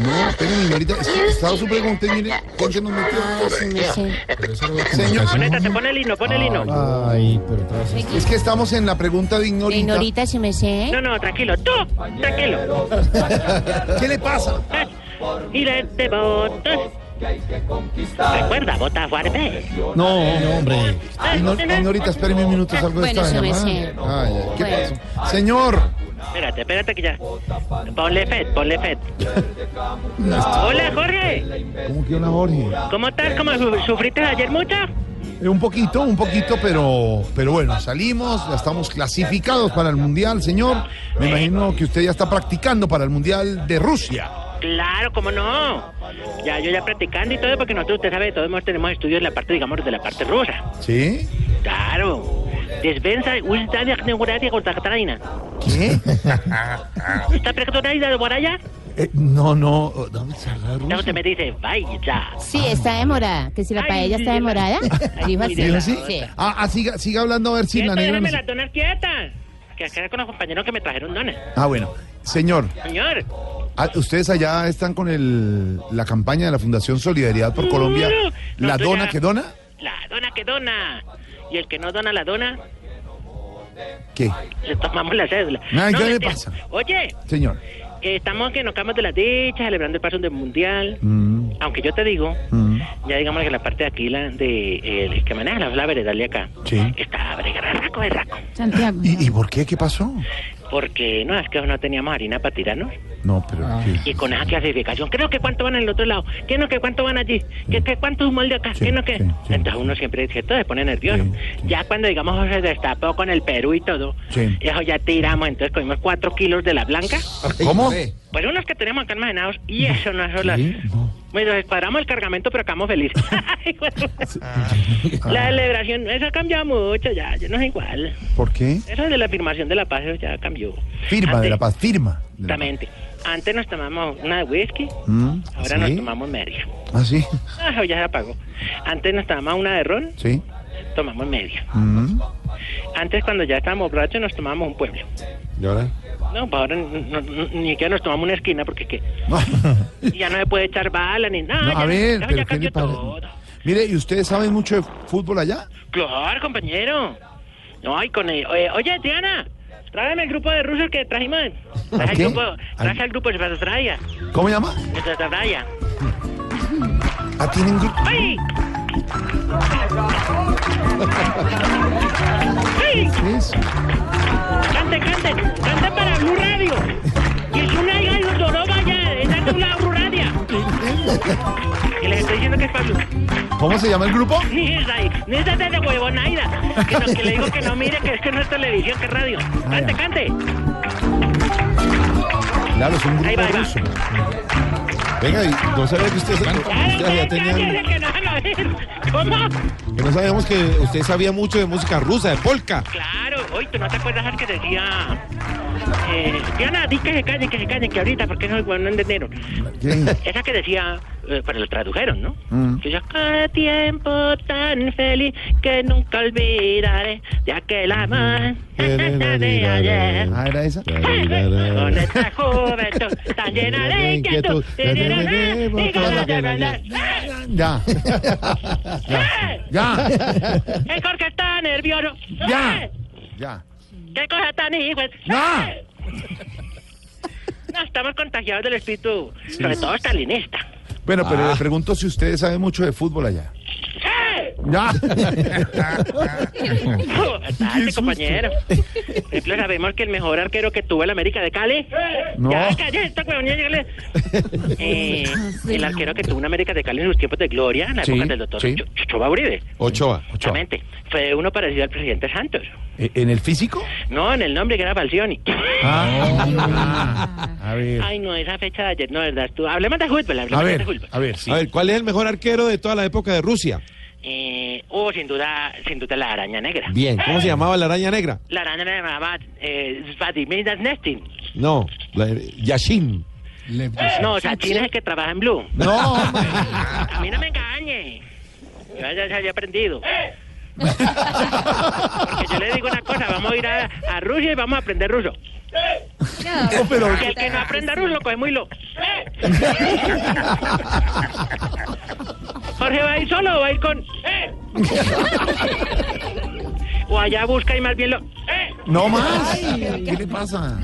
No, espérenme, señorita. Estaba su pregunta, mire. ¿Por qué no me Ah, sí, me sé. Señor, Neta, te pone el himno, pone el himno. Ah, Ay, pero todas estas- es que estamos en la pregunta de En ignorita. ahorita se me sé. ¿eh? No, no, tranquilo, tú, tranquilo. ¿Qué le pasa? Eh, Y la de votos. Recuerda, vota fuerte. No, hombre. Ignor- Ignorita, espéreme un minuto, salgo de Bueno, esta se me llamada. sé. Ay, ay, ¿Qué Bueno. pasó? Señor, Espérate, espérate que ya. Ponle FED, ponle FED. Hola, Jorge. ¿cómo que una Jorge? ¿Cómo estás? ¿Cómo su- sufriste ayer mucho? Eh, un poquito, un poquito, pero, pero bueno, salimos, ya estamos clasificados para el Mundial, señor. Me imagino que usted ya está practicando para el Mundial de Rusia. Claro, ¿cómo no? Ya, yo ya practicando y todo, porque nosotros, usted sabe, todos hemos- tenemos estudios en la parte, digamos, de la parte rusa. ¿Sí? Claro. Despensa, Uzdania, Gneuradia, Gordatraina. ¿Qué? ¿Está preguntando de por allá? Eh, no, no, oh, dame cerrar Rusia. Entonces me dice, vaya. Sí, está demorada. Que si la Ay, paella está demorada, ay, dijo así. ¿Dijo así? Sí. Ah, ah, siga, siga hablando a ver si la Quieto, negra... déjame nos- las donas quietas. Que acá con los compañeros que me trajeron donas. Ah, bueno. Señor, Señor. ah, ustedes allá están con el, la campaña de la Fundación Solidaridad por Colombia. No, ¿La tú dona ya- que dona? La dona que dona. Y el que no dona la dona, ¿Qué? le tomamos la cédula. Ay, No, Ah, ¿qué le mentira. pasa? Oye, Señor. eh, estamos que nos acabamos de las dichas, celebrando el paso del mundial. Mm, Aunque yo te digo, mm. ya digamos que la parte de aquí, la de eh, el que maneja la, la veredal de acá, Sí. está bregarraco de raco. Santiago. ¿Y, y por qué? ¿Qué pasó? Porque no, es que no teníamos harina para tirarnos. No, pero... Ah. ¿qué? Y con esa clasificación, creo que cuánto van al otro lado, que no que cuánto van allí, que, que cuánto humor de acá, Sí, que no que. sí, sí. Entonces uno siempre dice, esto se pone nervioso. Sí, sí. Ya cuando digamos se destapó con el Perú y todo, Sí. eso ya tiramos, entonces comimos cuatro kilos de la blanca, ¿Cómo? pues unos que tenemos acá almacenados, y eso no es las. ¿Qué? No. Bueno, descuadramos el cargamento, pero acabamos felices. Ay, bueno. Ah. la celebración, eso ha cambiado mucho, ya, ya no es igual. ¿Por qué? Eso de la afirmación de la paz, eso ya cambió. Firma de Antes- la paz, firma. de la paz. Exactamente. Antes nos tomamos una de whisky, Mm, ahora ¿sí? nos tomamos media. Ah, sí, Ah, eso ya se apagó. Antes nos tomamos una de ron, sí. tomamos media. Mm. Antes cuando ya estábamos borrachos nos tomamos un pueblo. ¿Y ahora? No, pues ahora n- no- n- ni que nos tomamos una esquina porque es que ya no se puede echar bala ni nada. No, ya- a ver, pero ya, ya ¿qué le cambió pasa? todo. Mire, ¿y ustedes saben mucho de fútbol allá? Claro, compañero. No, ay, con el- oye, oye, Diana, tráeme el grupo de rusos que trajimos. Traje ¿Qué? el grupo, traje Al- el grupo de Sastraya. ¿Cómo se llama? De Sastraya. Ah, tienen grupo. ¡Ay! ¡Ay! ¿Qué es? Cante, cante, cante para Blue Radio. Y es una hija de Doroba ya, es dando una Blue Radio. Que les estoy diciendo que es para Blue. ¿Cómo se llama el grupo? Ni es ahí, ni es de huevón Aida. Que, no, que le digo que no mire, que es que no es televisión, que es radio. Cante, Ah, ya. cante. Claro, es un Ahí grupo va, ahí va. ruso. Venga, y no sabía que ustedes Claro, ya, ya que tenían- cállese, que no van a oír. ¿Cómo? que no sabíamos que usted sabía mucho de música rusa, de polka. Claro, hoy tú no te acuerdas al que decía. Eh, Diana, di que se callen, que se callen, que ahorita, porque no, no entendieron. ¿Qué? Esa que decía, eh, pero lo tradujeron, ¿no? Mm. Que yo, cada tiempo tan feliz que nunca olvidaré de aquel amor Mm. de ayer. Ah, era esa. Con esta juventud tan llena de inquietud. Y ganas de bailar. Ya. ¡Eh! Ya. ¡Eh, Jorge está nervioso! Ya. ¡Eh! Ya. ¡Qué cosa tan igual! No. ¡Eh! No, estamos contagiados del espíritu, sobre todo stalinista. Bueno, pero le pregunto si ustedes saben mucho de fútbol allá. ¡Eh! Ya. Oh, Bastante, compañero. Por ejemplo, sabemos que el mejor arquero que tuvo el América de Cali. No. Ya, callé esta huevón, ya, ya, ya. Eh, El arquero que tuvo en América de Cali en sus tiempos de gloria, en la Sí, época del doctor sí. Cho- Chochoba Uribe. Ochoa. Exactamente. Fue uno parecido al presidente Santos. ¿E- ¿En el físico? No, en el nombre que era Falcioni. Ah, a ver. Ay, no, esa fecha de ayer, no, ¿verdad? Tú, hablemos de fútbol, hablemos A de ver, fútbol. a ver, sí. A ver, ¿cuál es el mejor arquero de toda la época de Rusia? Eh, oh, sin duda, sin duda la araña negra. Bien, ¿cómo se llamaba la araña negra? La araña negra se llamaba eh, Vladimir Nestin. No, la- Yashin. No, Sachin es el que trabaja en Blue. No, hombre. A mí no me engañe. Yo ya, ya había aprendido. Porque yo le digo una cosa, vamos a ir a, a Rusia y vamos a aprender ruso. No, pero. Y el que no aprenda ruso lo coge muy loco. Jorge, ¿va a ir solo o va a ir con...? O allá busca y más bien lo... No más. ¿Qué le pasa?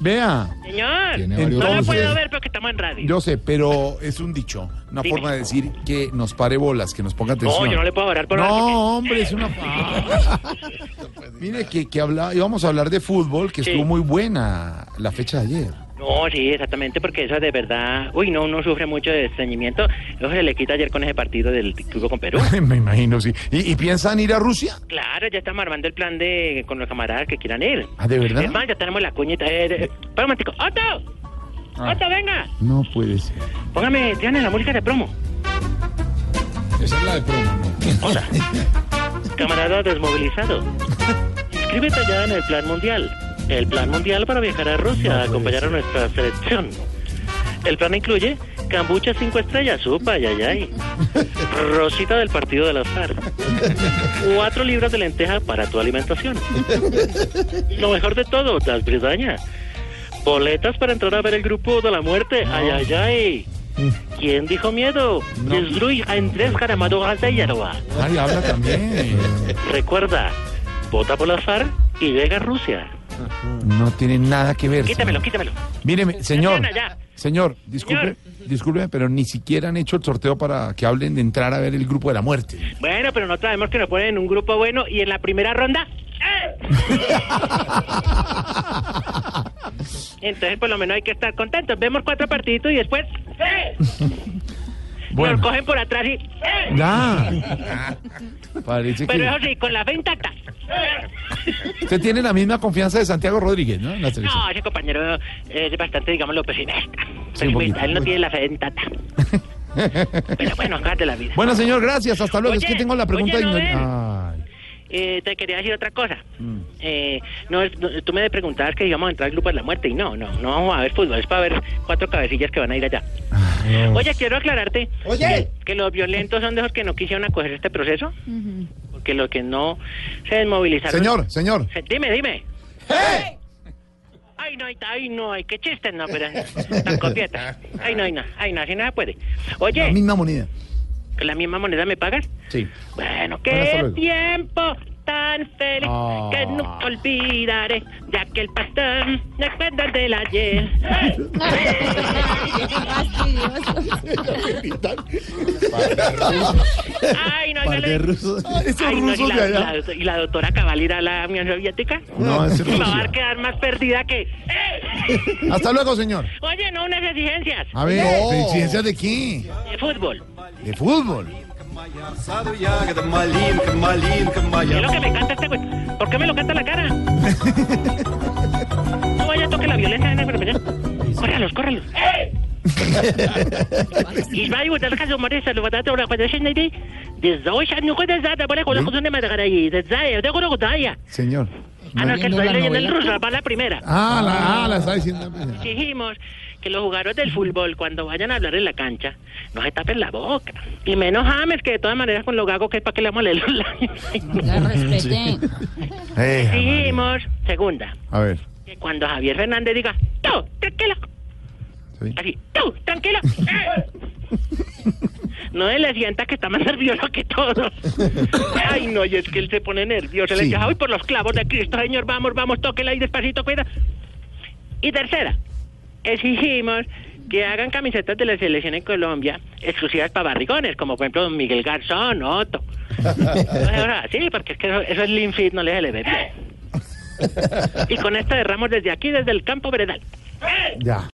Vea, Señor, Tiene no lo varios- puedo ver porque estamos en radio. yo sé, pero es un dicho, una Dime. forma de decir que nos pare bolas, que nos ponga atención. no, yo no le puedo orar por algo que- No, hombre, es una. Mire, que, que habla... íbamos a hablar de fútbol, que Sí. estuvo muy buena la fecha de ayer. No, sí, exactamente, porque eso de verdad... Uy, no, uno sufre mucho de estreñimiento. Eso se le quita ayer con ese partido del club con Perú. Me imagino, sí. ¿Y, y piensan ir a Rusia? Claro, ya estamos armando el plan de con los camaradas que quieran ir. Ah, ¿de verdad? Es más, ya tenemos la cuñita. Eh, de- Para un momentico. ¡Otto! Ah. ¡Otto, venga! No puede ser. Póngame, Diana, la música de promo. Esa es la de promo, ¿no? Hola. Camarada desmovilizado. Inscríbete ya en el Plan Mundial. El Plan Mundial para viajar a Rusia a acompañar a nuestra selección. El plan incluye cambucha cinco estrellas, upa, ay, ay, ay. Rosita del partido del azar. Cuatro libras de lenteja para tu alimentación. Lo mejor de todo, las bridañas. Boletas para entrar a ver el grupo de la muerte, ay, ay, ay. ¿Quién dijo miedo? Destruy a Andrés Garamador de Yaroa. Ay, habla también. Recuerda, vota por el azar y llega a Rusia. No tiene nada que ver. Quítamelo, señor. quítamelo. Míreme, señor. Adriana, ya. Señor, disculpe, disculpe, pero ni siquiera han hecho el sorteo para que hablen de entrar a ver el grupo de la muerte. Bueno, pero no sabemos que nos ponen en un grupo bueno y en la primera ronda. ¡eh! Entonces, por lo menos hay que estar contentos. Vemos cuatro partiditos y después ¡eh! Bueno. nos cogen por atrás y. ¡eh! Ya. Parece Pero que eso sí, con la fe intacta. ¡eh! usted tiene la misma confianza de Santiago Rodríguez, ¿no? En la selección. No, ese compañero es bastante, digámoslo, pesimista. Sí, un Pesimista, Él no poquito. tiene la fe intacta. Pero bueno, cállate la vida. Bueno, señor, gracias. Hasta luego. es Oye, que tengo la pregunta oye, ignorante. Eh, te quería decir otra cosa. Eh, no, es- no, tú me preguntabas que íbamos a entrar al grupo de la muerte y no, no, no vamos a ver fútbol, es para ver cuatro cabecillas que van a ir allá. Oye, quiero aclararte Oye. que los violentos son de esos que no quisieron acoger este proceso, porque los que no se desmovilizaron. Señor, señor. Se- dime, dime. Ay, no, ay, ay, no, ay, qué chistes, no, pero tan copieta. Ay, no, ay, no, ay, no, así no se puede. La Oye, misma moneda. ¿con la misma moneda me pagas? Sí. Bueno, Bueno, hasta qué luego. tiempo tan feliz Ah. que nunca olvidaré de aquel pastel de cuentas del ayer. Ay, no, yo le- Ay, no, y, la, la- y la doctora Cavalera, la Unión Soviética, No, es me va a Rusia. quedar más perdida que... ¡Eh! Hasta luego, señor. Oye, no unas exigencias. A ver, ¿coincidencias de qué? De fútbol. De fútbol. Ягода, малинка, малинка ¿Qué моя. es lo que me canta este güey? ¿Por qué me lo canta en la cara? No vaya a toque la violencia. nena, pero, pero, Córralos, córralos. Y va a ir a la casa humorista, lo va a dar toda la cuadración de ahí. Desde hoy ya no cuentas nada, por ejemplo, con una madre ahí. Desde ahí, tengo una cotalla. Señor. Ah, no, es que estoy la leyendo el novela. ruso, va la primera. Ah, la, ah, la está diciendo. Dijimos que los jugadores del fútbol, cuando vayan a hablar en la cancha, no se tapen la boca. Y menos James, que de todas maneras con lo gago que es para que le vamos a leer los labios. Eh, Dijimos, segunda, A ver. que cuando Javier Fernández diga, tú, tranquilo, sí. así, tú, tranquilo, ¡eh! no se le sienta que está más nervioso que todos. Ay, no, y es que él se pone nervioso, le Sí. dice, ay, por los clavos de Cristo, señor, vamos, vamos, tóquela ahí despacito, cuida. Y tercera, exigimos que hagan camisetas de la selección en Colombia exclusivas para barrigones, como por ejemplo Miguel Garzón, Otto. Ahora, sí, porque es que eso, eso es linfit, no le se le ve bien. Y con esta derramos desde aquí, desde el campo veredal. Ya.